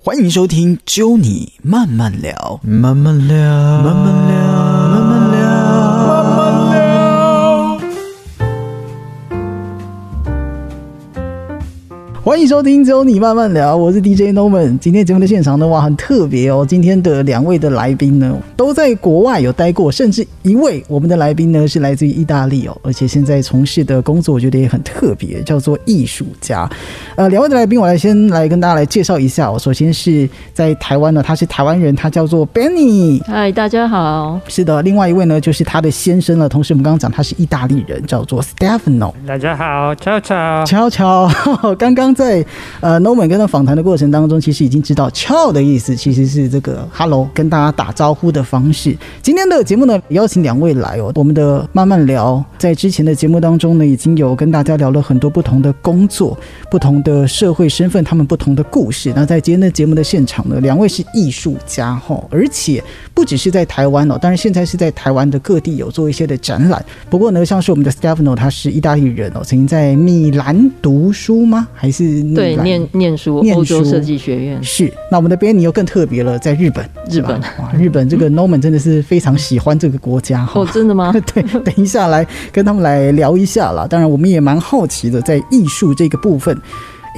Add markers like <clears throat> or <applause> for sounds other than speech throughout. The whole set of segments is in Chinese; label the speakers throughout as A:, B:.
A: 欢迎收听《揪你慢慢聊》，
B: 慢慢聊，慢慢聊，慢慢聊，慢慢聊。
A: 欢迎收听《只有你慢慢聊》，我是 DJ Norman。今天节目的现场呢，哇，很特别哦。今天的两位的来宾呢，都在国外有待过，甚至一位我们的来宾呢是来自于意大利哦，而且现在从事的工作我觉得也很特别，叫做艺术家。呃，两位的来宾，我来先来跟大家来介绍一下、哦。首先是在台湾呢，他是台湾人，他叫做 Benny。
C: 嗨，大家好。
A: 是的，另外一位呢就是他的先生了。同时我们刚刚讲他是意大利人，叫做 Stefano。
D: 大家好，超超，
A: 乔乔， <laughs> 刚刚在呃 Norman 跟他访谈的过程当中，其实已经知道“乔”的意思其实是这个 “hello” 跟大家打招呼的方式。今天的节目呢，邀请两位来哦，我们的慢慢聊，在之前的节目当中呢，已经有跟大家聊了很多不同的工作、不同的社会身份，他们不同的故事。那在今天的节目的现场呢，两位是艺术家哈、而且不只是在台湾哦，当然现在是在台湾的各地有做一些的展览。不过呢，像是我们的 Stefano，他是意大利人哦，曾经在米兰读书吗？还是米
C: 对，
A: 兰
C: 念念书，
A: 嗯念
C: 欧洲
A: 书
C: 设计学院。
A: 是，那我们的 b e n n 又更特别了，在日本，
C: 日本
A: 是吧哇，日本这个 Norman 真的是非常喜欢这个国家哈。？
C: 哦，真的吗
A: <laughs> 对，等一下来跟他们来聊一下啦。当然，我们也蛮好奇的，在艺术这个部分，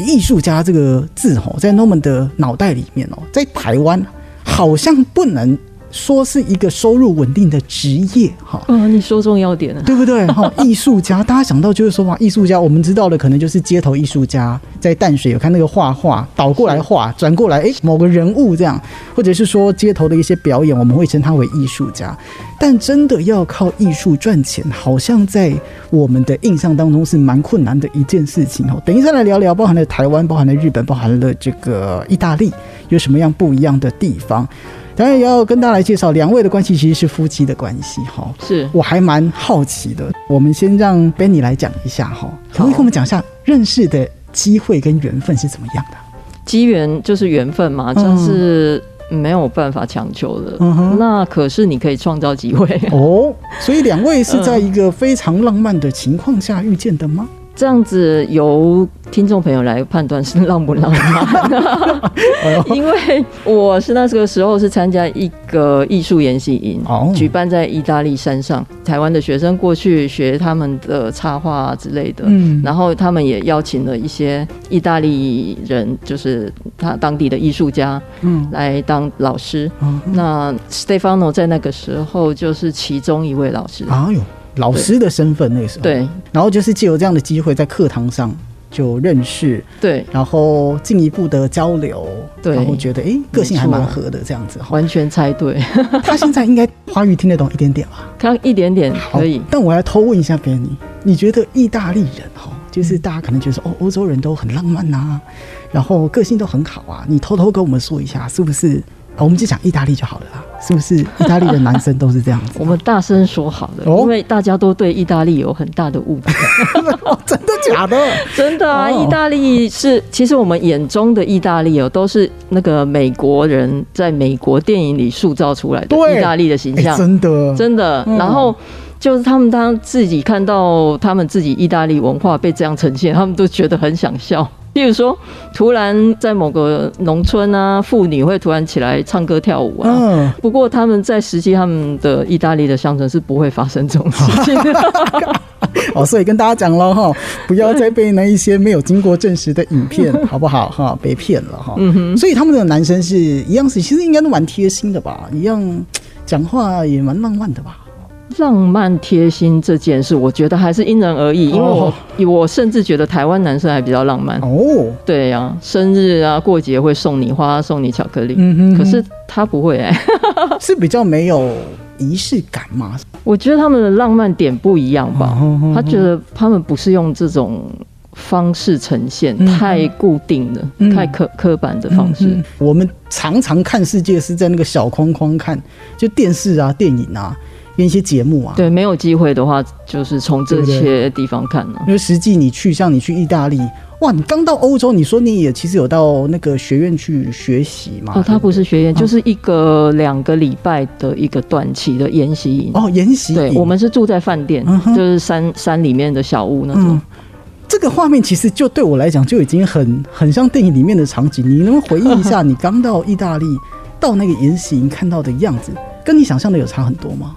A: 艺术家这个字吼，在 Norman 的脑袋里面哦，在台湾好像不能说是一个收入稳定的职业哈。
C: 哦，你说重要点了。
A: 对不对？哈、艺术家，大家想到就是说哇，艺术家，我们知道的可能就是街头艺术家，在淡水有看那个画画，倒过来画，转过来，诶，某个人物这样，或者是说街头的一些表演，我们会称他为艺术家。但真的要靠艺术赚钱，好像在我们的印象当中是蛮困难的一件事情哦。等一下来聊聊，包含了台湾，包含了日本，包含了这个意大利，有什么样不一样的地方？当然也要跟大家来介绍，两位的关系其实是夫妻的关系哈、
C: 是，
A: 我还蛮好奇的。我们先让 Benny 来讲一下哈，可不可以跟我们讲一下认识的机会跟缘分是怎么样的？
C: 机缘就是缘分嘛，这是没有办法强求的。
A: 嗯哼
C: 那可是你可以创造机会， <laughs> 嗯
A: 哦，所以两位是在一个非常浪漫的情况下遇见的吗？
C: 这样子由听众朋友来判断是浪不浪
A: <laughs>
C: 漫。
A: 哎
C: <laughs> 因为我是那个时候是参加一个艺术研习营
A: 哦，
C: 举办在意大利山上，台湾的学生过去学他们的插画啊之类的。
A: 嗯
C: 然后他们也邀请了一些意大利人，就是他当地的艺术家
A: 嗯
C: 来当老师。
A: 嗯
C: 那 Stefano 在那个时候就是其中一位老师。
A: 哎呦，老师的身份那个时候，，
C: 对
A: 然后就是借由这样的机会，在课堂上就认识，
C: 对，
A: 然后进一步的交流，
C: 对
A: 然后觉得哎、诶个性还
C: 没错
A: 蛮合的这样子哈。
C: 完全猜对，
A: 他现在应该华语听得懂一点点吧？
C: 看一点点
A: 好
C: 可以。
A: 但我要偷问一下别人，你你觉得意大利人哈，就是大家可能觉得说哦，欧洲人都很浪漫呐、然后个性都很好啊，你偷偷跟我们说一下，是不是？啊我们就讲意大利就好了啦，是不是？意大利的男生都是这样子
C: 我？们大声说好了，
A: 哦
C: 因为大家都对意大利有很大的
A: <laughs>
C: 误解。
A: <laughs> 哦真的假的？
C: 真的啊，
A: 哦
C: 意大利是其实我们眼中的意大利哦，都是那个美国人在美国电影里塑造出来的
A: 对
C: 意大利的形
A: 哎
C: 象。
A: 真的，
C: 真的。
A: 嗯
C: 然后就是他们当自己看到他们自己意大利文化被这样呈现，他们都觉得很想笑。例如说，突然在某个农村啊，妇女会突然起来唱歌跳舞啊。
A: 嗯，
C: 不过他们在实际他们的意大利的乡村是不会发生这种事
A: <laughs>
C: 情的。
A: 哦，所以跟大家讲了哈，不要再被那一些没有经过证实的影 <laughs> 片，好不好哈？被骗了哈。嗯哼。所以他们的男生是一样是，其实应该都蛮贴心的吧，一样讲话也蛮浪漫的吧。
C: 浪漫贴心这件事，我觉得还是因人而异，因为我、我甚至觉得台湾男生还比较浪漫。
A: 哦，
C: 对呀、啊，生日啊，过节会送你花，送你巧克力。
A: 嗯哼哼
C: 可是他不会哎、
A: 是比较没有仪式感嘛？
C: 我觉得他们的浪漫点不一样吧
A: 嗯嗯嗯嗯，
C: 他觉得他们不是用这种方式呈现，太固定的、
A: 嗯
C: 太刻刻板的方式。
A: 我们常常看世界是在那个小框框看，就电视啊、电影啊、跟一些节目啊。，
C: 对，没有机会的话，就是从这
A: 对不
C: 些地方看啊哦呢、
A: 因为实际你去，像你去意大利，哇，你刚到欧洲，你说你也其实有到那个学院去学习嘛？
C: 哦，他不是学院，
A: 哦
C: 就是一个两个礼拜的一个短期的研习营。
A: 哦，研习
C: 对，
A: 营
C: 我们是住在饭店
A: 嗯，哼
C: 就是山山里面的小屋那种
A: 嗯。这个画面其实就对我来讲就已经很很像电影里面的场景。你能不能回忆一下你刚到意大利到那个研习营看到的样子，跟你想象的有差很多吗？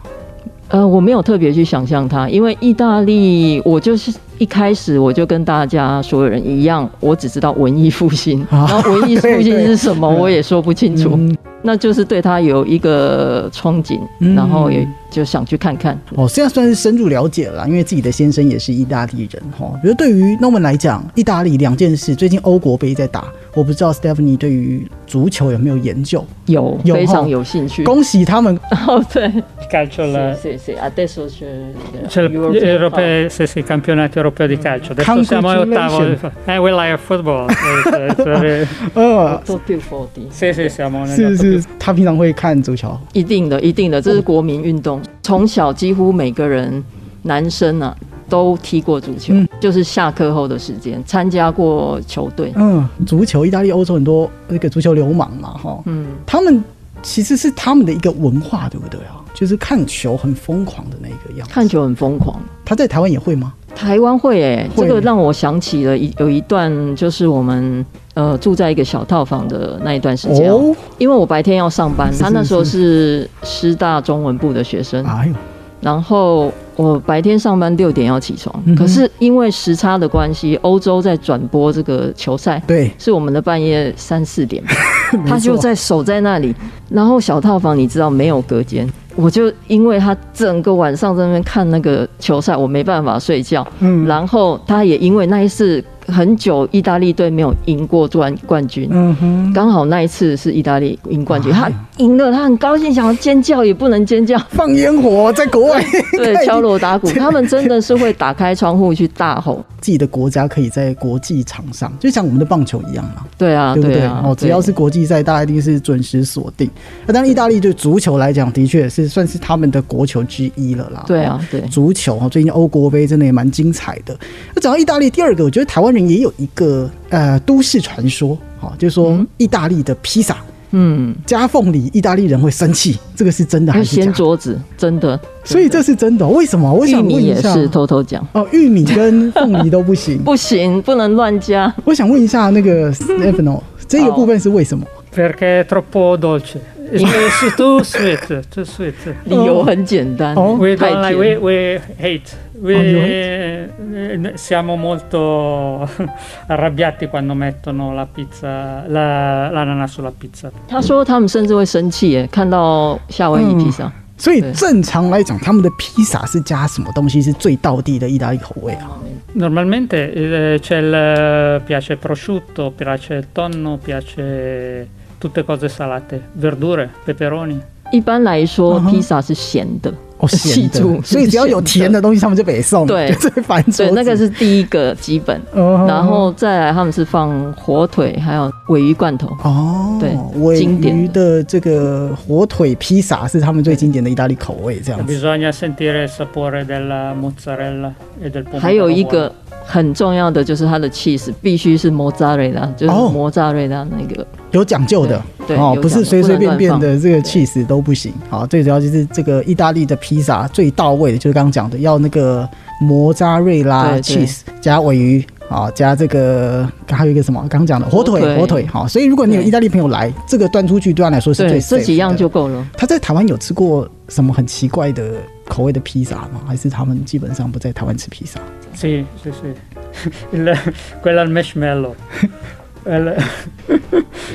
C: 呃，我没有特别去想象它，因为意大利，我就是一开始我就跟大家所有人一样，我只知道文艺复兴，
A: 啊
C: 然后文艺复
A: 对
C: 兴
A: 对
C: 是什么我也说不清楚，
A: 嗯
C: 那就是对它有一个憧憬，
A: 嗯
C: 然后也就想去看看。
A: 哦，现在算是深入了解了啦，因为自己的先生也是意大利人哈。比如对于 Norman 来讲，意大利两件事，最近欧国杯在打，我不知道 Stephanie 对于足球有没有研究？
C: 有
A: 有
C: 非常
A: 吼
C: 有兴趣，
A: 恭喜他们
C: <laughs> 哦对，
D: Calcio alla-
C: sì, sì, adesso c'è
D: c'è il,
C: European Cup.
D: europeo- sì, sì, il campionato europeo di calcio. Adesso siamo all'ottavo. Eh, we like football. Eh, cioè,
A: 呃，
C: Tokyo 40
D: sì, sì, siamo
A: 是
D: nella
A: 是，呃他平常会看足球，
C: 一定的，一定的，
A: 嗯
C: 这是国民运动。从小几乎每个人，男生啊都踢过足球，
A: 嗯
C: 就是下课后的时间参加过球队。
A: 嗯，足球，意大利、欧洲很多那个足球流氓嘛哈，
C: 嗯，
A: 他们其实是他们的一个文化，对不对啊？就是看球很疯狂的那个样子。
C: 看球很疯狂。
A: 他在台湾也会吗？
C: 台湾会诶、
A: 会
C: 这个让我想起了一有一段，就是我们呃住在一个小套房的那一段时间、哦，
A: 哦，
C: 因为我白天要上班，
A: 是
C: 他那
A: 是
C: 时候是师大中文部的学生，
A: 哎呦，
C: 然后我白天上班六点要起床，
A: 嗯哼
C: 可是因为时差的关系，欧洲在转播这个球赛，
A: 对，
C: 是我们的半夜三四点吧，
A: <laughs> 没
C: 他
A: 错
C: 就在守在那里。然后小套房你知道没有隔间，我就因为他整个晚上在那边看那个球赛，我没办法睡觉。
A: 嗯
C: 然后他也因为那一次很久意大利队没有赢过冠冠军。
A: 嗯哼，啊
C: 刚好那一次是意大利赢冠军，
A: 哇
C: 他赢了，他很高兴，想要尖叫也不能
A: <laughs>
C: 尖叫，
A: 放烟火在国外，
C: <laughs>
A: <laughs>
C: 对，敲锣打鼓，他们真的是会打开窗户去大吼，
A: 自己的国家可以在国际场上，就像我们的棒球一样嘛，
C: 对啊，
A: 对不对？
C: 啊，
A: 哦，只
C: 对
A: 要是国际赛，大家一定是准时锁定。啊那当然，意大利对足球来讲，的确是算是他们的国球之一了啦。
C: 对
A: 哦。
C: 啊，对，
A: 足球哦，最近欧国杯真的也蛮精彩的。那讲到意大利，第二个我觉得台湾人也有一个呃都市传说，好、就是说
C: 嗯
A: 意大利的披萨
C: 嗯，
A: 夹缝里意大利人会生气，这个是真的还
C: 要
A: 是假
C: 掀
A: 的？
C: 桌子，真的，
A: 所以这是真的哦、为什么？我
C: 玉
A: 想问
C: 米
A: 一
C: 也
A: 下，
C: 是偷偷讲，
A: 哦，玉米
C: <laughs>
A: 跟凤梨都不行，
C: 不行，不能乱加，
A: 我想问一下那
C: 嗯
A: 个 Stefano，这个部分是为什么？
D: perché è troppo dolce. It's too- too sweet, too sweet.
C: 理由很简单
A: 哦，
D: We
C: 太
D: don't like,
C: 甜
D: we, we hate. We,
A: Oh, you
D: eh, siamo molto <laughs> arrabbiati quando mettono la pizza, la, l'ananas sulla pizza.
C: 他说他们甚至会生气耶，看到夏威夷披萨，
A: 所以
C: 对
A: 正常来讲，他们的披萨是加什么东西是最道地的意大利口味啊？
D: Normalmente eh, c'è il, piace il prosciutto, piace il tonno, piace tutte cose salate, verdure, peperoni.
C: 一般来说
A: 嗯哼
C: 披萨是咸的，
A: 哦，咸
C: 记住
A: 的，所以只要有甜
C: 是
A: 的东西，他们就北送，
C: 对
A: <laughs> 最烦桌
C: 对，
A: 子
C: 那个，是第一个基本，
A: 哦
C: 然后再来他们是放火腿，还有尾鱼罐头，
A: 哦，
C: 对
A: 尾
C: 经典
A: 鱼的这个火腿披萨是他们最经典的意大利口味，这样子。
D: Bisogna sentire il sapore della mozzarella e del
A: 哦
D: pomodoro.
C: 还有一
D: buono.
C: 个很重要的就是它的 cheese 必须是摩扎瑞拉，就是
A: 哦
C: 摩扎瑞拉那个。
A: 有讲究的，
C: 对对
A: 哦，
C: 有
A: 不是
C: 讲究
A: 随随便便
C: 不能
A: 的这个
C: 放
A: cheese 都不行。好，最主要就是这个意大利的披萨最到位的，就是刚刚讲的，要那个摩扎瑞拉
C: 对对
A: cheese 加尾鱼。啊，加这个还有一个什么？刚刚讲的火腿
C: 火，腿
A: 火腿。好，所以如果你有
C: 对
A: 意大利朋友来，这个端出去对他来说是最
C: 对，
A: safe
C: 这几样
A: 的
C: 就够了。
A: 他在台湾有吃过什么很奇怪的口味的披萨吗？还是他们基本上不在台湾吃披萨？
D: Sì, sì, <laughs> sì. Il- quella al marshmallow. <laughs> Il-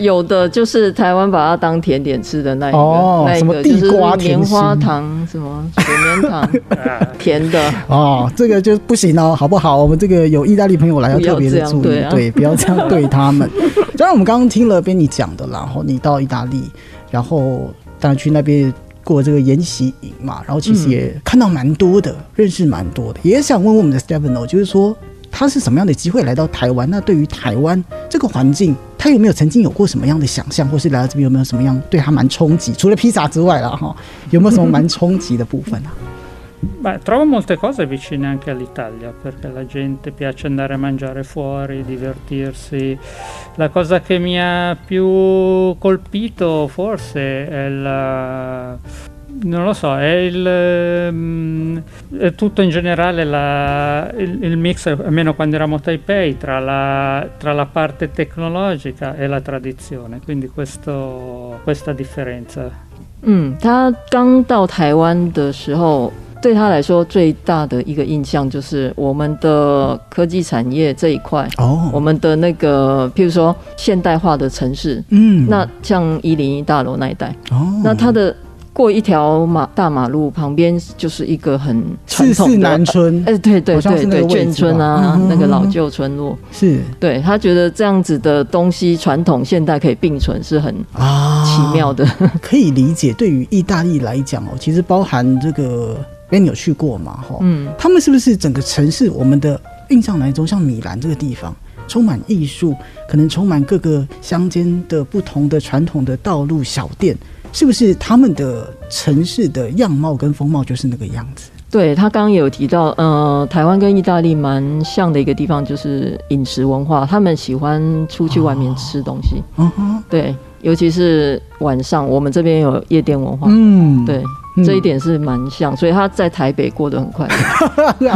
C: 有的就是台湾把它当甜点吃的那一个，
A: 哦
C: 那一
A: 什么
C: 个
A: 地
C: 就是
A: 瓜甜
C: 棉花
A: 心
C: 糖、什么水绵糖，
A: <laughs>
C: 甜的。
A: 哦，这个就不行哦，好不好？我们这个有意大利朋友来要
C: 不要
A: 特别的
C: 这样
A: 注意，
C: 对啊
A: 不要这样对他
C: <laughs>
A: 们。当然，我们刚刚听了边你讲的啦，然后你到意大利，然后当然去那边过这个研习营嘛，然后其实也看到蛮多的，认识蛮多的，也想问问我们的 Stephen 哦就是说。他是什么样的机会来到台湾？那对于台湾这个环境，他有没有曾经有过什么样的想象，或是来到这边有没有什么样对他蛮冲击？除了披萨之外啦，哈，有没有什么蛮冲击的部分啊？
D: Beh, trovo molte cose vicine anche all'Italia, perché la gente piace andare a mangiare fuori, divertirsi. La cosa che mi ha più colpito forse è la- non lo so, è il ehm, è tutto in generale la- il, il mix, almeno quando eravamo a Taipei, tra la, tra la parte tecnologica e la tradizione, quindi questo- questa differenza.
C: 嗯，他刚到台湾的时候，对他来说最大的一个印象就是我们的科技产业这一块，我
A: 哦，
C: 们的那个，譬如说现代化的城市，
A: 嗯，
C: 那像一零一大楼那一带，
A: 哦，
C: 那它的过一条马大马路旁边就是一个很传
A: 四四
C: 统的，
A: 南村
C: 哎、对对
A: 好像
C: 对
A: 是那个
C: 对，
A: 位置
C: 眷村
A: 吧
C: 啊，
A: 嗯
C: 那个老旧村落，
A: 是
C: 对他觉得这样子的东西，传统现代可以并存，是很
A: 啊，
C: 奇妙
A: <laughs>
C: 的。
A: 可以理解。对于意大利来讲哦，其实包含这个，哎，你有去过嘛？哈、
C: 嗯，
A: 他们是不是整个城市，我们的印象来说，像米兰这个地方，充满艺术，可能充满各个乡间的不同的传统的道路小店，是不是他们的城市的样貌跟风貌就是那个样子？
C: 对他刚刚也有提到，呃，台湾跟意大利蛮像的一个地方就是饮食文化，他们喜欢出去外面吃东西，
A: 嗯哼，
C: 对，尤其是晚上，我们这边有夜店文化，
A: 嗯，
C: 对。
A: 嗯
C: 这一点是蛮像，所以他在台北过得很快乐。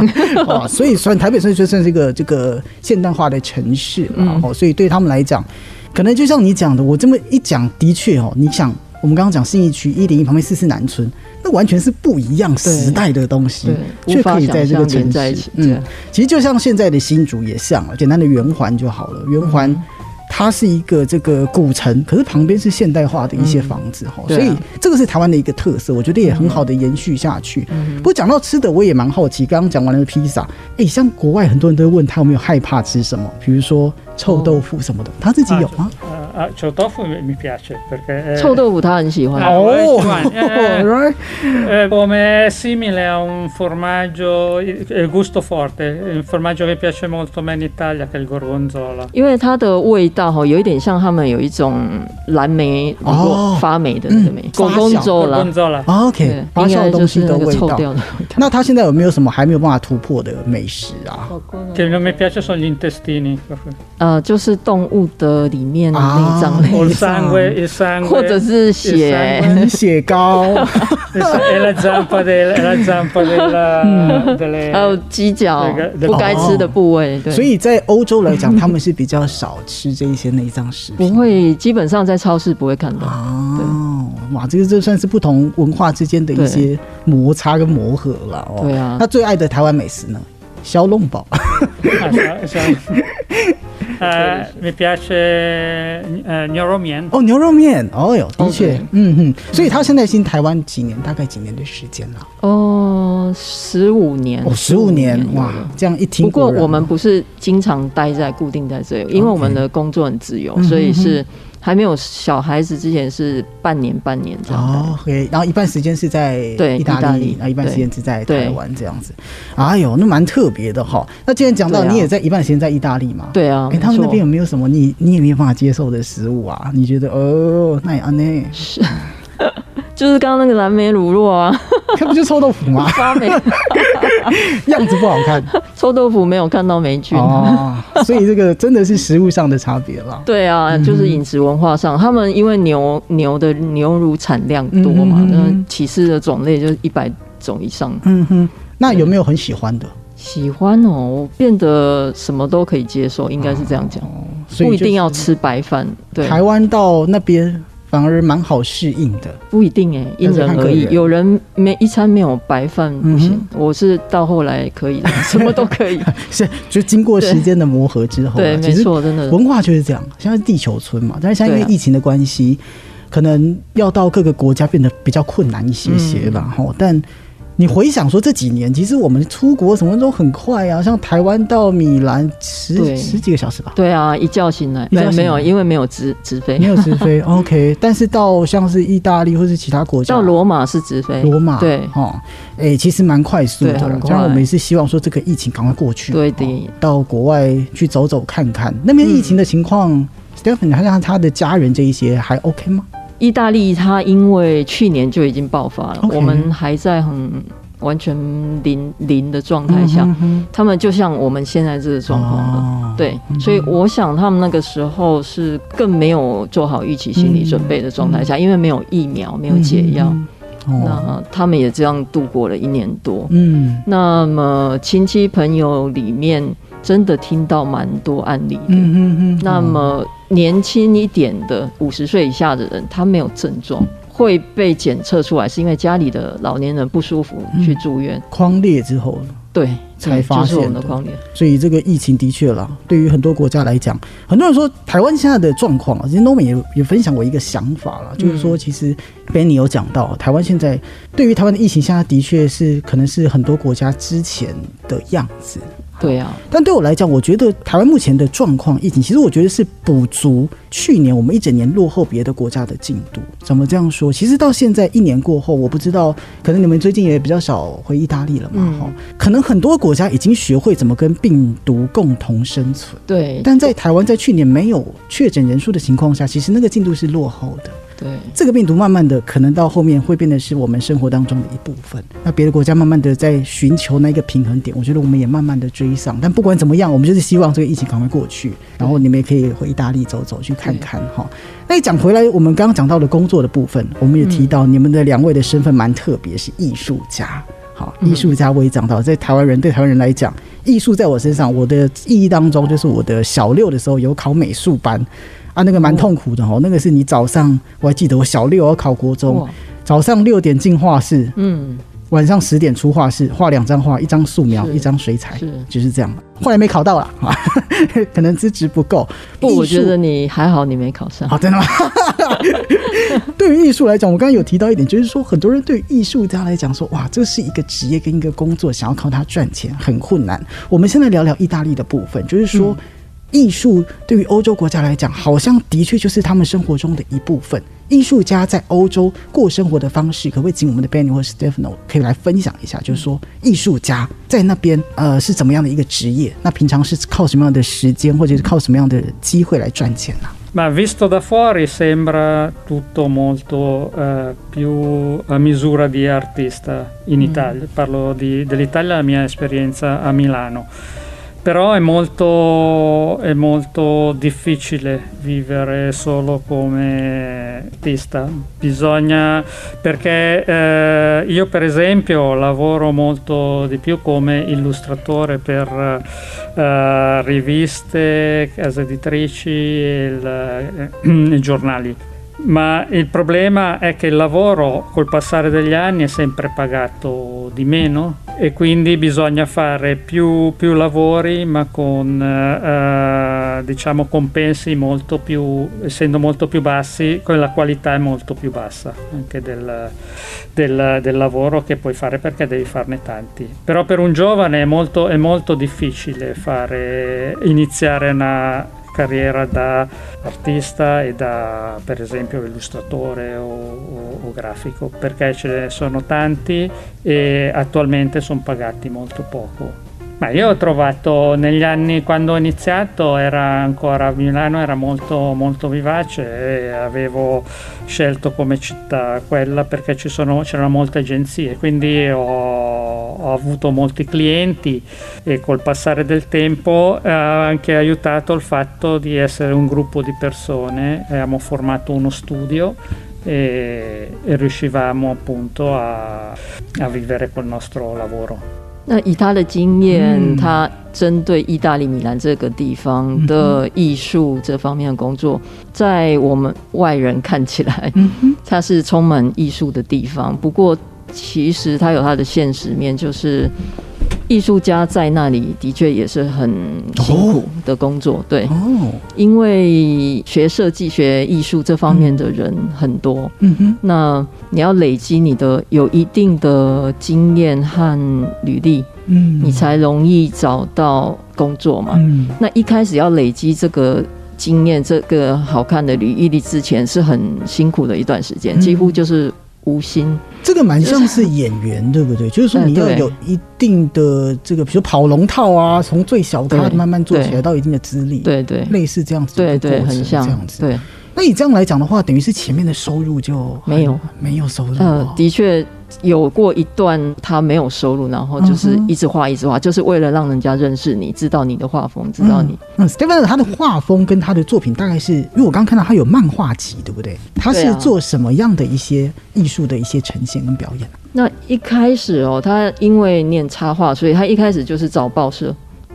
A: 哇，哦所以算台北算是算是一个这个现代化的城市啦
C: 嗯
A: 哦，所以对他们来讲，可能就像你讲的，我这么一讲，的确哦，你想我们刚刚讲信义区一零一旁边四四南村，那完全是不一样时代的东西，
C: 对
A: 却
C: 无法
A: 可以在这个
C: 想象
A: 城
C: 连在一
A: 市嗯
C: 起，对
A: 其实就像现在的新竹也像了，简单的圆环就好了，圆环。
C: 嗯
A: 它是一个这个古城，可是旁边是现代化的一些房子哈、
C: 对
A: 所
C: 啊
A: 以这个是台湾的一个特色，我觉得也很好的延续下去。不过讲到吃的，我也蛮好奇，刚刚讲完了披萨，哎、像国外很多人都会问他有没有害怕吃什么，比如说臭豆腐什么的，他自己有吗？
D: Ah, ah, ciao tofu mi mi piace perché...
C: <laughs>
D: è-
C: 臭豆腐他很喜欢，
D: 啊我也喜欢哎
A: right，
D: Eh, come è simile a un formaggio, il gusto forte, un formaggio che piace molto a me in Italia che è il gorgonzola.
C: 因为它的味道哈，有一点像他们有一种蓝莓，如
A: 哦
C: 果发霉的那个霉
A: 嗯，
C: 狗公粥啦，
D: gorgonzola.
A: OK，
C: 对，
A: 发
C: 应
A: 酵
C: 该
A: 的东
C: 就
A: 西
C: 是
A: 的
C: 那个
A: 味
C: 臭
A: 道。
D: <laughs>
C: 掉的味道。
A: 那他现在有没有什么还没有办法突破的美食
C: <laughs>
A: 啊？
D: Che non mi piace sono gli intestini,
C: 呃，就是动物的里面的
A: 啊
C: 内脏类，
D: o il sangue, il sangue,
C: 或者是血，
A: 你血糕
D: il sa- e la zampa, del- e la <laughs> zampa della, delle... ah,
C: 还有鸡脚
D: 那个那个
C: 不该吃的部位，对，
A: 哦所以在欧洲来讲，他们是比较少吃这一些内脏食
C: 不
A: 品。
C: 会，基本上在超市不会看到。
A: 哦，哇，这个这算是不同文化之间的一些摩擦跟磨合了哦。
C: 对啊
A: 那最爱的台湾美食呢？小笼包
D: Ah, sa- <laughs> sa- Eh, mi piace eh, Nyoromien.
A: 哦，牛肉面，哦哟，的确
C: OK
A: 嗯嗯，所以他现在新台湾几年，大概几年的时间了？
C: 哦，嗯十五年，
A: 哦，十五年
C: 有
A: 哇
C: 了，
A: 这样一听，
C: 不过
A: 果然哦
C: 我们不是经常待在固定在这里，因为我们的工作很自由，
A: 嗯
C: 所以是还没有小孩子之前是半年半年这样待。
A: 哦，OK，然后一半时间是在
C: 对
A: 意大
C: 意大
A: 利
C: 利，
A: 然后一半
C: 对
A: 时间是在
C: 对
A: 台湾这样子。哎呦，那蛮特别的哈。那既然讲到
C: 对啊
A: 你也在一半时间在意大利嘛，
C: 对啊，
A: 哎、他们
C: 没
A: 那
C: 错
A: 边有没有什么你你也没有办法接受的食物啊？你觉得哦，那也安
C: <laughs>
A: 呢？
C: 就是刚刚那个蓝莓乳酪啊，
A: 它不就臭豆腐
C: <laughs>
A: 吗？
C: 发霉
A: 样子不好
C: <laughs>
A: 看
C: 臭豆腐没有看到霉菌。
A: 哦，所以这个真的是食物上的差别啦。
C: 对啊，
A: 嗯
C: 就是饮食文化上，他们因为牛牛的牛乳产量多嘛，
A: 嗯嗯嗯嗯
C: 那起司的种类就一百种以上。
A: 嗯哼，那有没有很喜欢的？
C: 喜欢哦，我变得什么都可以接受，应该是这样讲，
A: 哦所以
C: 不一
A: 就
C: 定要吃白饭。对，
A: 台湾到那边反而蛮好适应的。 <laughs>
C: 不一定哎、因人而
A: 看
C: 异
A: 个。人
C: 有人没一餐没有白饭不行，
A: 嗯
C: 我是到后来
A: <laughs>
C: 可以了，什么都可以。
A: 是，就经过时间的磨合之后啊，
C: 对，没
A: 啊其实
C: 错，真的。
A: 文化就是这样。现在是地球村嘛，但是现在因为
C: 对啊
A: 疫情的关系，可能要到各个国家变得比较困难一些些啦。
C: 嗯
A: 哈、但你回想说这几年，其实我们出国什么都很快啊，像台湾到米兰十
C: 对
A: 十几个小时吧，
C: 对啊，一觉醒来，
A: 一觉
C: 没
A: 醒
C: 没
A: 来
C: 有，因为没有直直飞
A: 没，有直飞。OK，但是到像是意大利或是其他国家，
C: <laughs> 到罗马是直飞，
A: 罗马
C: 对
A: 哦，哎、其实蛮快速的
C: 对
A: 啦
C: 很。快
A: 当然，我们也是希望说这个疫情赶快过去，
C: 对的
A: 哦到国外去走走看看。那边疫情的情况、s
C: 嗯
A: t e p h a n 他他的家人这一些还 OK 吗？
C: 意大利它因为去年就已经爆发了
A: OK
C: 我们还在很完全零零的状态下，
A: 嗯哼
C: 他们就像我们现在这个状况了。
A: 哦
C: 对，所以我想他们那个时候是更没有做好预期心理准备的状态下，因为没有疫苗，没有解药，
A: 嗯
C: 那他们也这样度过了一年多。
A: 嗯
C: 那么亲戚朋友里面，真的听到蛮多案例的。
A: 嗯嗯嗯，
C: 那么年轻一点的五十岁以下的人，他没有症状，会被检测出来，是因为家里的老年人不舒服去住院。
A: 框列之后，
C: 对，
A: 嗯才
C: 嗯
A: 发
C: 就是我们
A: 现
C: 的
A: 的
C: 框列。
A: 所以这个疫情的确啦，对于很多国家来讲，很多人说台湾现在的状况啊，其实 Norman 也也分享我一个想法啦，就是说，其实 Benny 有讲到，台湾现在对于台湾的疫情，现在的确是可能是很多国家之前的样子。
C: 对啊，
A: 但对我来讲，我觉得台湾目前的状况疫情，其实我觉得是补足去年我们一整年落后别的国家的进度。怎么这样说？其实到现在一年过后，我不知道，可能你们最近也比较少回意大利了嘛，
C: 嗯
A: 哈、可能很多国家已经学会怎么跟病毒共同生存，
C: 对
A: 但在台湾，在去年没有确诊人数的情况下，其实那个进度是落后的。
C: 对
A: 这个病毒慢慢的可能到后面会变得是我们生活当中的一部分。那别的国家慢慢的在寻求那一个平衡点，我觉得我们也慢慢的追上。但不管怎么样，我们就是希望这个疫情赶快过去，然后你们也可以回意大利走走去看看哈。那讲回来，我们刚刚讲到的工作的部分，我们也提到你们的两位的身份蛮特别，是艺术家。好，艺术家我也讲到，在台湾人对台湾人来讲，艺术在我身上，我的意义当中就是我的小六的时候有考美术班，啊，那个蛮痛苦的哦，那个是你早上我还记得我小六要考国中
C: 哇，
A: 早上六点进画室，
C: 嗯，
A: 晚上十点出画室，画两张画，一张素描，
C: 是
A: 一张水彩，
C: 是
A: 就是这样。后来没考到啦，啊 <laughs> 可能资质不够。
C: 不，我觉
A: 艺术啊
C: 得你还好，你没考上。
A: 好、哦真的吗？ <laughs> 对于艺术来讲，我刚刚有提到一点，就是说很多人对于艺术家来讲说，哇，这是一个职业跟一个工作，想要靠它赚钱很困难。我们现在聊聊意大利的部分，就是说。艺术对于欧洲国家来讲，好像的确就是他们生活中的一部分。艺术家在欧洲过生活的方式，可不可以请我们的 Benny 或 Stefano 可以来分享一下？就是说，艺术家在那边呃是怎么样的一个职业？那平常是靠什么样的时间，或者是靠什么样的机会来赚钱呢、
D: Ma visto da fuori sembra tutto molto eh, più a misura di artista in Italia. Parlo di- dell'Italia, la mia esperienza a Milano. Però è molto, è molto difficile vivere solo come artista. Bisogna, perché eh, io per esempio lavoro molto di più come illustratore per eh, riviste, case editrici e il- eh, <clears throat> e giornali. Ma il problema è che il lavoro col passare degli anni è sempre pagato di meno e quindi bisogna fare più, più lavori ma con eh, eh, diciamo compensi molto più, essendo molto più bassi, con la qualità è molto più bassa anche del, del, del lavoro che puoi fare perché devi farne tanti. Però per un giovane è molto, è molto difficile fare, iniziare una carriera da artista e da per esempio illustratore o, o- o grafico perché ce ne sono tanti e attualmente sono pagati molto poco. Ma io ho trovato negli anni quando ho iniziato era ancora a Milano era molto molto vivace e avevo scelto come città quella perché ci sono, c'erano molte agenzie, quindi ho, ho avuto molti clienti e col passare del tempo eh, ha anche aiutato il fatto di essere un gruppo di persone, abbiamo formato uno studio e, e riuscivamo appunto a, a vivere col nostro lavoro.
C: 那以他的经验，
A: 嗯
C: 他针对意大利米兰这个地方
A: 嗯
C: 的艺术这方面的工作，在我们外人看起来， <laughs> 它是充满艺术的地方。不过，其实它有它的现实面，就是艺术家在那里的确也是很辛苦的工作。对，
A: 哦，
C: 因为学设计、学艺术这方面的人很多，
A: 嗯哼，
C: 那你要累积你的有一定的经验和履历，
A: 嗯
C: 你才容易找到工作嘛。
A: 嗯
C: 那一开始要累积这个经验、这个好看的履历之前，是很辛苦的一段时间，
A: 嗯
C: 几乎就是无心。
A: 这个蛮像是演员，对不对？就是说你要
C: 哎对
A: 有一定的这个，比如跑龙套啊，从最小咖
C: 对
A: 慢慢做起来
C: 对
A: 到一定的资历，，
C: 对对
A: 类似这样子的
C: 对
A: 一个
C: 对，
A: 过程，
C: 很
A: 这
C: 像
A: 样。子。哦
C: 对，
A: 那你这样来讲的话，等于是前面的收入就
C: 没有
A: 没有收入、
C: 呃
A: 哦，
C: 的确有过一段他没有收入，然后
A: 嗯
C: 就是一直画一直画，就是为了让人家认识你，知道你的画风，知道你。
A: 嗯 s t e v e n 他的画风跟他的作品大概是，因为我刚看到他有漫画集，对不对？他
C: 对
A: 是
C: 啊
A: 做什么样的一些艺术的一些呈现跟表演啊？
C: 那一开始哦，他因为念插画，所以他一开始就是找报社，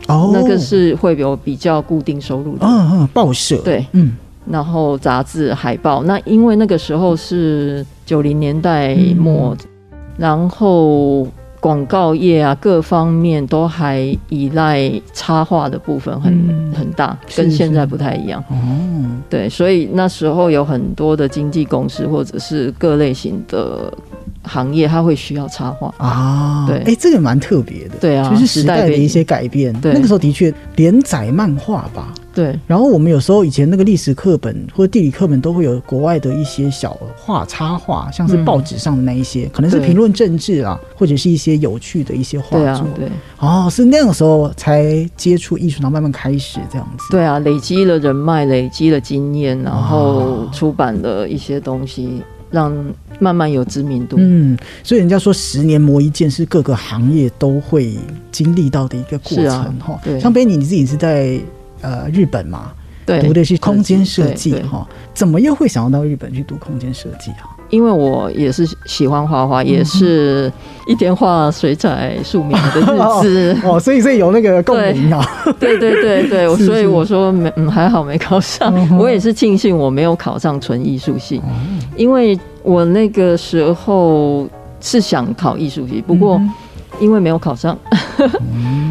A: 哦
C: 那个，是会有比较固定收入的。
A: 嗯嗯，报社，，
C: 对，
A: 嗯，
C: 然后杂志、海报。那因为那个时候是九零年代末，
A: 嗯
C: 然后广告业啊各方面都还依赖插画的部分很、很大，
A: 嗯是
C: 跟现在
A: 是
C: 不太一样。
A: 哦，
C: 对，所以那时候有很多的经纪公司或者是各类型的行业，它会需要插画。
A: 啊，
C: 对
A: 哎，这个蛮特别的，
C: 对啊
A: 就是时代
C: 时代
A: 的
C: 背景
A: 一些改变。
C: 对
A: 那个时候的确连载漫画吧，
C: 对，
A: 然后我们有时候以前那个历史课本或地理课本都会有国外的一些小画插画，像是
C: 嗯
A: 报纸上的那一些，可能是
C: 对
A: 评论政治啊，或者是一些有趣的一些画
C: 对啊
A: 作。，
C: 对，
A: 哦，是那个时候才接触艺术，然后慢慢开始这样子。
C: 对啊，累积了人脉，累积了经验，然后出版了一些东西，让慢慢有知名度。
A: 嗯，所以人家说十年磨一剑是各个行业都会经历到的一个过
C: 是啊
A: 程哈、
C: 对
A: 像贝尼你自己是在呃日本嘛，
C: 对，
A: 读的是空间设
C: 对
A: 计
C: 对
A: 哈，怎么又会想要到日本去读空间设计
C: <laughs>
A: 啊？。
C: 因为我也是喜欢画画，也是一天画水彩、素描的日子
A: <laughs> 哦，所以所以有那个共鸣啊，
C: 对对对对，我
A: 是嗯
C: 所以
A: 是
C: 我说没，嗯，还好没考上。我也是庆幸我没有考上纯艺术系，
A: 哦
C: 因为我那个时候是想考艺术系，不过
A: 嗯哼
C: 因为没有考上， <laughs>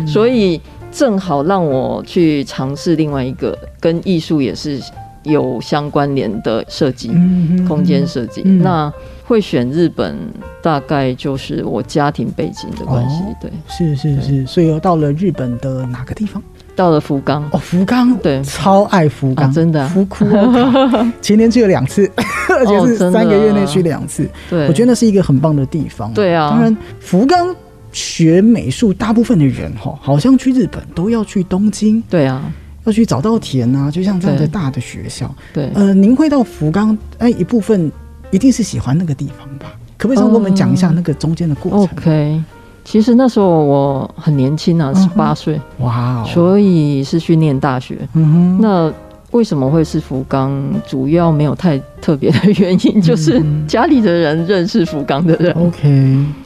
C: 所以正好让我去尝试另外一个跟艺术也是有相关联的设计。
A: 嗯哼
C: 空间设计。
A: 嗯
C: 那会选日本，大概就是我家庭背景的关系。
A: 哦
C: 对，
A: 是是是，所以又到了日本的哪个地方？
C: 到了福冈，
A: 哦，福冈，
C: 对
A: 超爱福冈、
C: 啊真的啊哦
A: 福
C: <laughs>
A: 库欧卡，前年去了两次， <laughs> 而且是
C: 真的啊
A: 三个月内去两次，
C: 对，
A: 我觉得那是一个很棒的地方。
C: 对啊
A: 当然福冈学美术，大部分的人哈，好像去日本都要去东京，
C: 对啊，
A: 要去早稻田啊，就像这样的
C: 对
A: 大的学校。
C: 对。
A: 呃，您会到福冈，哎，一部分一定是喜欢那个地方吧？可不可以稍微跟我们讲一下那个中间的过程？
C: 哦 OK，其实那时候我很年轻啊，十八岁，
A: 哇嗯哦，
C: 所以是去念大学。
A: 嗯哼，
C: 那为什么会是福冈？主要没有太特别的原因， <laughs> 就是
A: 嗯
C: 家里的人认识福冈的人。
A: OK，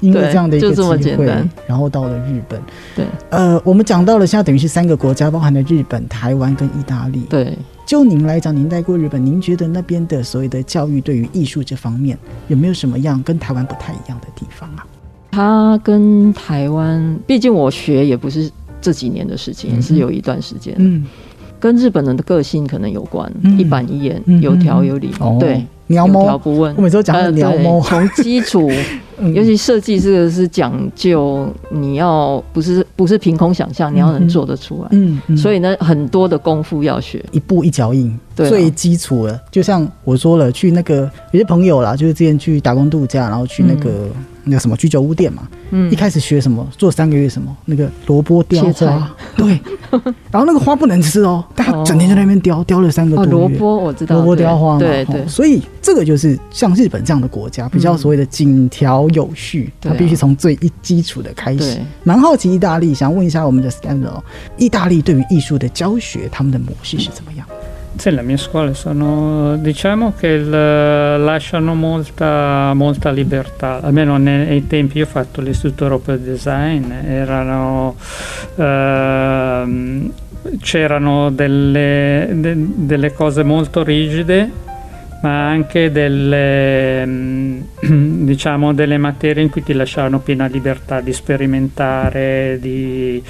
A: 因为这样的一个
C: 就这么
A: 机
C: 简
A: 会
C: 单，
A: 然后到了日本。
C: 对
A: 呃，我们讲到了现在等于是三个国家，包含了日本、台湾跟意大利。
C: 对，
A: 就您来讲，您待过日本，您觉得那边的所谓的教育对于艺术这方面有没有什么样跟台湾不太一样的地方啊？
C: 他跟台湾，毕竟我学也不是这几年的事情，也是有一段时间。
A: 嗯，
C: 跟日本人的个性可能有关，
A: 嗯
C: 一板一眼，
A: 嗯
C: 有条有理，
A: 哦
C: 对，
A: 鸟
C: 有条
A: 猫，
C: 不问。
A: 我每次都讲的
C: 呃
A: 鸟
C: 对
A: 猫
C: 从基础，
A: <laughs> 嗯
C: 尤其设计这个是讲究，你要不是不是凭空想象，你要能做得出来。
A: 嗯，嗯
C: 所以呢，很多的功夫要学。
A: 一步一脚印，
C: 对啊
A: 最基础的，就像我说了，去那个有些朋友啦，就是之前去打工度假，然后去那个、那个什么居酒屋店嘛，
C: 嗯
A: 一，开始学什么，做三个月什么那个萝卜雕
C: 切菜
A: 花，
C: <laughs>
A: 对，然后那个花不能吃哦，但他整天就在那边雕，雕了三个多
C: 哦，
A: 月。
C: 萝卜我知道，
A: 萝卜
C: 对
A: 雕花嘛，
C: 对
A: 吼
C: 对嗯
A: 所以这个就是像日本这样的国家，比较所谓的井条有序，它
C: 对啊
A: 必须从最一基础的开始
C: 对。
A: 蛮好奇意大利，想问一下我们的 Stanley，哦意大利对于艺术的教学，他们的模式是怎么样？
D: Sì, le mie scuole sono, diciamo che il- lasciano molta, molta libertà, almeno ne- nei, tempi io ho fatto l'Istituto Europeo di Design, erano, ehm, c'erano delle, de- delle cose molto rigide, ma anche delle, mm, <clears throat> diciamo, delle materie in cui ti lasciavano piena libertà di sperimentare, di,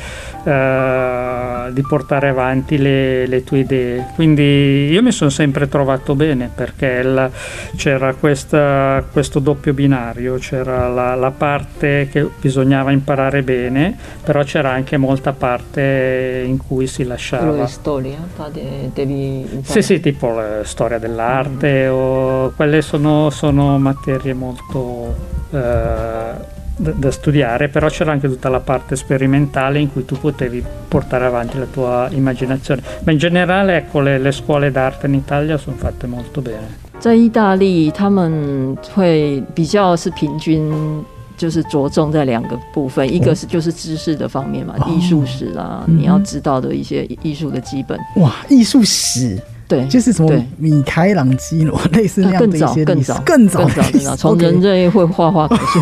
D: eh, di portare avanti le, le tue idee. Quindi io mi sono sempre trovato bene perché la- c'era questa- questo doppio binario, c'era la, la parte che bisognava imparare bene, però c'era anche molta parte in cui si lasciava.
C: storia, devi
D: Sì, sì, tipo la storia dell'arte o quelle sono, sono materie molto eh, da, da studiare, però c'era anche tutta la parte sperimentale in cui tu potevi portare avanti la tua immaginazione. Ma in generale, ecco, le, le scuole d'arte in Italia sono fatte molto bene.
C: 在意大利，他们会比较是平均就是着重在两个部分，一个是就是知识的方面嘛，
A: 哦
C: 艺术史啦，
A: 嗯
C: 你要知道的一些艺术的基本，
A: 哇，艺术史
C: 对，
A: 就是什么
C: 对
A: 米开朗基罗类似那
C: 啊
A: 样
C: 更
A: 的一
C: 早
A: 些
C: 更
A: 历史
C: 早
A: 更
C: 更
A: 的
C: 早
A: 历
C: 更
A: 史
C: 早，从
A: <laughs>
C: 人
A: OK
C: 类会画画开始，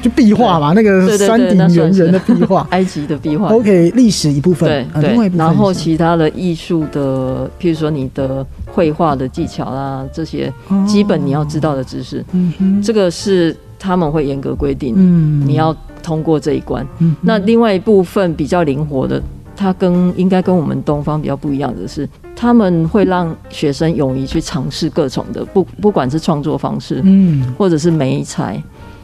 A: 就壁画嘛，那个
C: 对对
A: 山
C: 对，
A: 顶
C: 那
A: 猿
C: 算是。
A: 人的壁画
C: <laughs> 埃及的壁画。
A: OK，历史一部分，
C: 对
A: 啊另外一
C: 对，
A: 部分
C: 然后
A: 是
C: 其他的艺术的，譬如说你的绘画的技巧啦，这些
A: 哦
C: 基本你要知道的知识，
A: 嗯哼
C: 这个是他们会严格规定，
A: 嗯
C: 你要通过这一关。
A: 嗯
C: 那另外一部分比较灵活的，它跟应该跟我们东方比较不一样的是，他们会让学生勇于去尝试各种的，不不管是创作方式，
A: 嗯
C: 或者是媒材，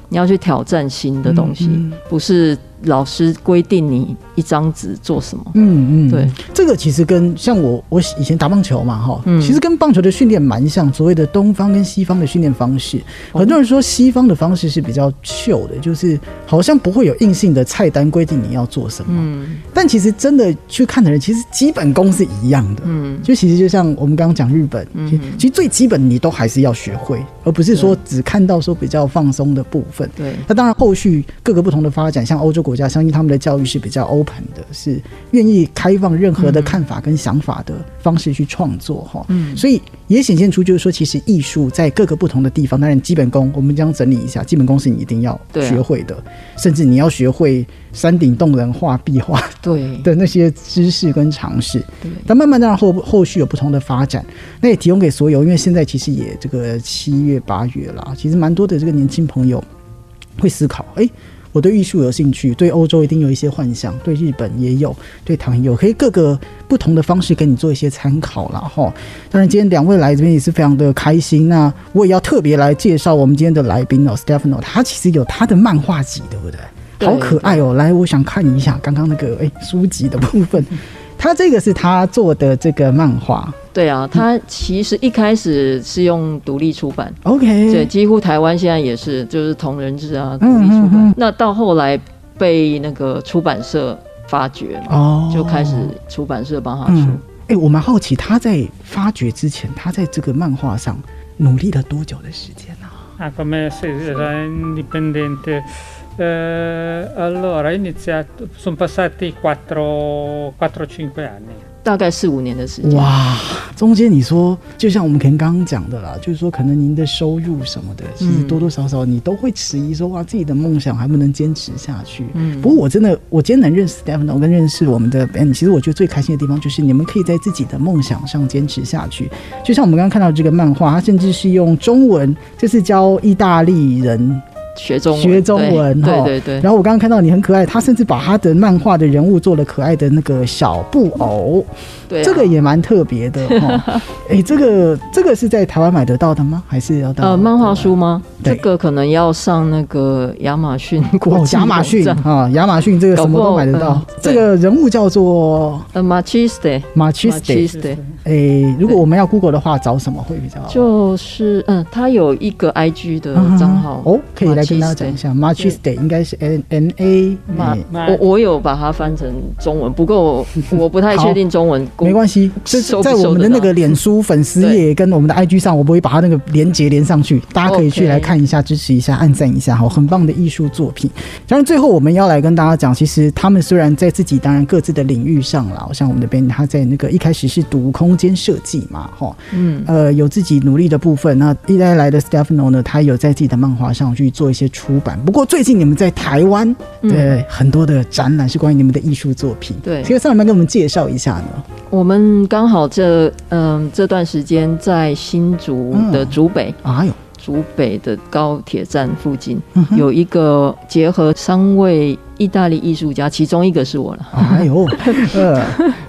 C: 你要去挑战新的东西，
A: 嗯
C: 不是老师规定你一张纸做什么。
A: 嗯嗯，
C: 对，
A: 这个其实跟像我我以前打棒球嘛哈，
C: 嗯
A: 其实跟棒球的训练蛮像，所谓的东方跟西方的训练方式。
C: 哦
A: 很多人说西方的方式是比较秀的，就是好像不会有硬性的菜单规定你要做什么，
C: 嗯
A: 但其实真的去看的人，其实基本功是一样的。
C: 嗯，
A: 就其实就像我们刚刚讲日本，
C: 嗯
A: 其实其实最基本你都还是要学会，而不是说只看到说比较放松的部分。
C: 对，
A: 那当然，后续各个不同的发展，像欧洲国家，相信他们的教育是比较 open 的，是愿意开放任何的看法跟想法的方式去创作哈。
C: 嗯
A: 所以也显现出就是说，其实艺术在各个不同的地方，当然基本功我们将整理一下，基本功是你一定要
C: 对啊
A: 学会的，甚至你要学会山顶洞人画壁画
C: 对
A: 的那些知识跟尝试。
C: 对，
A: 但慢慢当然后后续有不同的发展，那也提供给所有，因为现在其实也这个七月八月啦，其实蛮多的这个年轻朋友会思考，诶，我对艺术有兴趣，对欧洲一定有一些幻想，对日本也有，对唐也有，可以各个不同的方式跟你做一些参考啦。哈。当然，今天两位来这边也是非常的开心，那我也要特别来介绍我们今天的来宾哦，Stefano，他其实有他的漫画集，对不对？
C: 对
A: 好可爱哦！来，我想看一下刚刚那个诶书籍的部分，他这个是他做的这个漫画
C: 对啊，它其实一开始是用独立出版，
A: ，OK，
C: 对，几乎台湾现在也是，就是同人志啊，独
A: 嗯
C: 立出版。
A: 嗯嗯
C: 那到后来被那个出版社发掘嘛，
A: 哦
C: 就开始出版社帮他出。
A: 嗯，哎、我蛮好奇他在发掘之前，他在这个漫画上努力了多久的时间呢、啊？
D: Ah, come se era indipendente. Eh, allora, ho iniziato, sono passati 4-5 anni.
C: 大概四五年的时间。
A: 哇，中间你说，就像我们可能刚刚讲的啦，就是说可能您的收入什么的，其实
C: 嗯
A: 多多少少你都会迟疑说，啊哇，自己的梦想还不能坚持下去。
C: 嗯
A: 不过我真的，我今天能认识 Stefano 跟认识我们的 Ben，其实我觉得最开心的地方就是你们可以在自己的梦想上坚持下去。就像我们刚刚看到这个漫画，它甚至是用中文，这是教意大利人
C: 学中文，
A: 学中文哦
C: 对
A: 哈
C: 对对对，
A: 然后我刚刚看到你很可爱，他甚至把他的漫画的人物做了可爱的那个小布偶，
C: 对啊
A: 这个也蛮特别
C: <laughs>
A: 的哈。哎、这个这个是在台湾买得到的吗？还是要到
C: 呃，漫画书
A: 哦
C: 吗？
A: 对
C: 这个可能要上那个亚马逊国
A: 哦，
C: 际
A: 亚马逊
C: 网站
A: 啊，亚马逊这个什么
C: 搞不
A: 都
C: 好
A: 买得到
C: 嗯。
A: 这个人物叫做
C: 呃 m a c h i s t e
A: m a c h i s t e
C: Machiste
A: 诶，如果我们要 Google 的话，找什么会比较好？
C: 就是嗯，他有一个 IG 的账号
A: 哦，可以来跟大家讲一下 m a c h i s t e 应该是 N N A
C: 马
A: 诶
D: 那
C: 我我有把它翻成中文，不过
A: <laughs>
C: 我我不太确定中文。
A: 没关系，这
C: 收不
A: 在我们的那个脸书粉丝页跟我们的 IG 上，我不会把它那个连接连上去，大家可以去
C: OK
A: 来看一下，支持一下，按赞一下，好，很棒的艺术作品。当然，最后我们要来跟大家讲，其实他们虽然在自己当然各自的领域上啦，像我们的 Ben 他在那个一开始是读空间设计嘛，哈，
C: 嗯，
A: 呃，有自己努力的部分。那一来来的 Stefano 呢，他有在自己的漫画上去做一些出版。不过最近你们在台湾
C: 嗯
A: 对很多的展览是关于你们的艺术作品，
C: 对
A: 其实上有没有跟我们介绍一下呢？
C: 我们刚好这嗯这段时间在新竹的
A: 嗯
C: 竹北，
A: 哎
C: <laughs>
A: 呦。
C: 竹北的高铁站附近
A: 嗯哼
C: 有一个结合三位意大利艺术家，其中一个是我了，
A: 哎呦，呃，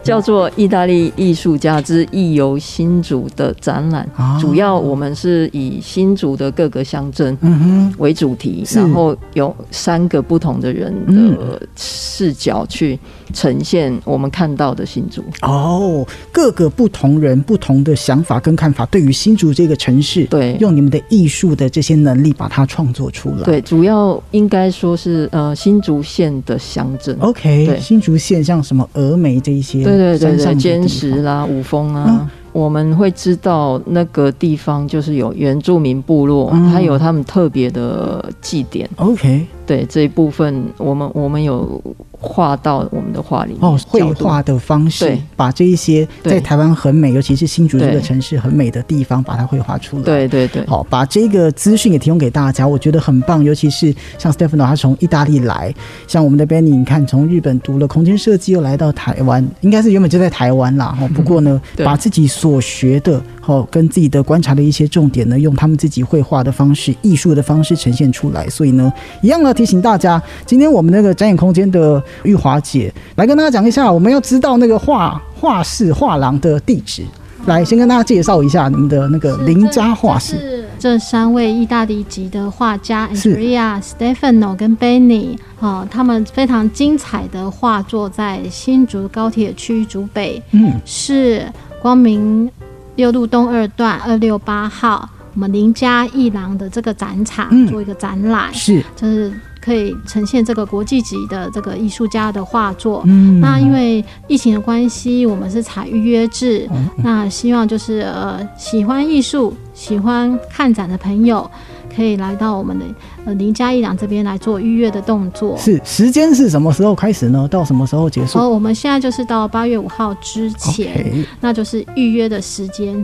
C: 叫做“意大利艺术家之艺游新竹”的展览
A: 啊。
C: 主要我们是以新竹的各个乡镇
A: 嗯哼，
C: 为主题，
A: 是嗯
C: 然后有三个不同的人的视角去呈现我们看到的新竹。
A: 哦，各个不同人、不同的想法跟看法，对于新竹这个城市，
C: 对
A: 用你们的艺术的这些能力把它创作出来。
C: 对，主要应该说是呃新竹县的乡镇。
A: ，OK，
C: 对
A: 新竹县像什么峨眉这一些，
C: 对对对
A: 山上
C: 对，
A: 的地
C: 坚
A: 方
C: 石啦、五峰啊
A: 嗯，
C: 我们会知道那个地方就是有原住民部落，
A: 嗯
C: 它有他们特别的祭典。
A: OK，
C: 对这一部分，我们我们有画到我们的画里面
A: 哦，绘
C: 角度
A: 画的方式
C: 对，
A: 把这一些
C: 对
A: 在台湾很美，尤其是新竹这个
C: 对
A: 城市很美的地方，把它绘画出来。
C: 对对对，
A: 好，把这个资讯也提供给大家，我觉得很棒。尤其是像 Stefano，他从意大利来，像我们的 Benny，你看从日本读了空间设计，又来到台湾，应该是原本就在台湾啦。哦，不过呢，
C: 嗯对
A: 把自己所学的，哦，跟自己的观察的一些重点呢，用他们自己绘画的方式、艺术的方式呈现出来。所以呢，一样呢，提醒大家，今天我们那个展演空间的玉华姐来跟大家讲一下，我们要知道那个画画室、画廊的地址。来，先跟大家介绍一下你们的那个邻家画室。
E: 是这三位意大利籍的画家
A: 是
E: Andrea、Stefano 跟 Benny，哦，他们非常精彩的画作在新竹高铁区竹北，
A: 嗯，
E: 是光明六路东二段二六八号，我们林家一郎的这个展场、
A: 嗯
E: 做一个展览，
A: 是，
E: 就是可以呈现这个国际级的这个艺术家的画作。
A: 嗯
E: 那因为疫情的关系，我们是采预约制。
A: 哦
E: 那希望就是呃，喜欢艺术、喜欢看展的朋友，可以来到我们的呃林家一郎这边来做预约的动作。
A: 是时间是什么时候开始呢？到什么时候结束
E: 哦，我们现在就是到八月五号之前
A: ？OK，
E: 那就是预约的时间，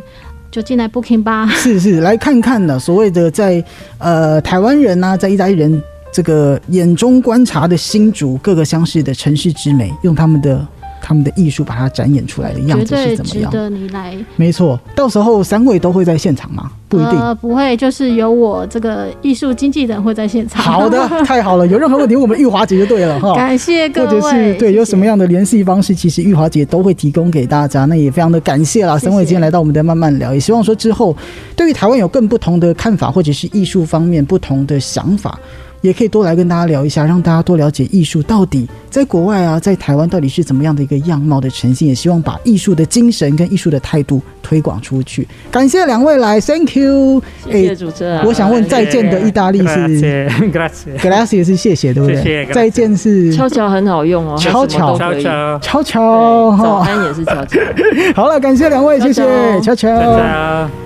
E: 就进来 Booking 吧。
A: 是是，来看看呢，所谓的在呃台湾人呐、在意大利人这个眼中观察的新竹各个相似的城市之美，用他们的。他们的艺术把它展演出来的样
E: 绝
A: 子
E: 对
A: 是怎么
E: 值
A: 样？
E: 得你来，
A: 没错，到时候三位都会在现场吗？不一定。
E: 呃，不会，就是有我这个艺术经纪人会在现场。
A: 好的，太好了。有任何问题，问我们玉华姐就对了哈。
E: 感谢各
A: 或
E: 位，
A: 者是对有什么
E: 样
A: 样的联系方式，其实玉华姐都会提供给大家。那也非常的感谢啦，
E: 谢谢
A: 三位今天来到我们的慢慢聊，也希望说之后对于台湾有更不同的看法，或者是艺术方面不同的想法。也可以多来跟大家聊一下，让大家多了解艺术到底在国外啊，在台湾到底是怎么样的一个样貌的呈现。也希望把艺术的精神跟艺术的态度推广出去。感谢两位来，Thank you。
C: 谢谢主持人。
A: 哎我想问再见的意大利是
D: Grazie, <laughs> grazie.
A: Grazie 是谢谢，对不对？
D: 谢谢，grazie
A: 再见是 <laughs>
C: 悄悄很好用哦，
A: 悄
C: 它什
A: 悄
C: 么都
D: Ciao
C: 可以
D: ciao.
A: 悄悄
C: 对早
A: 哈。
C: 安也是悄悄。
A: <laughs> 好了，感谢两位，谢
C: 悄
A: 谢，
C: 悄
A: 悄悄。
D: Ciao ciao.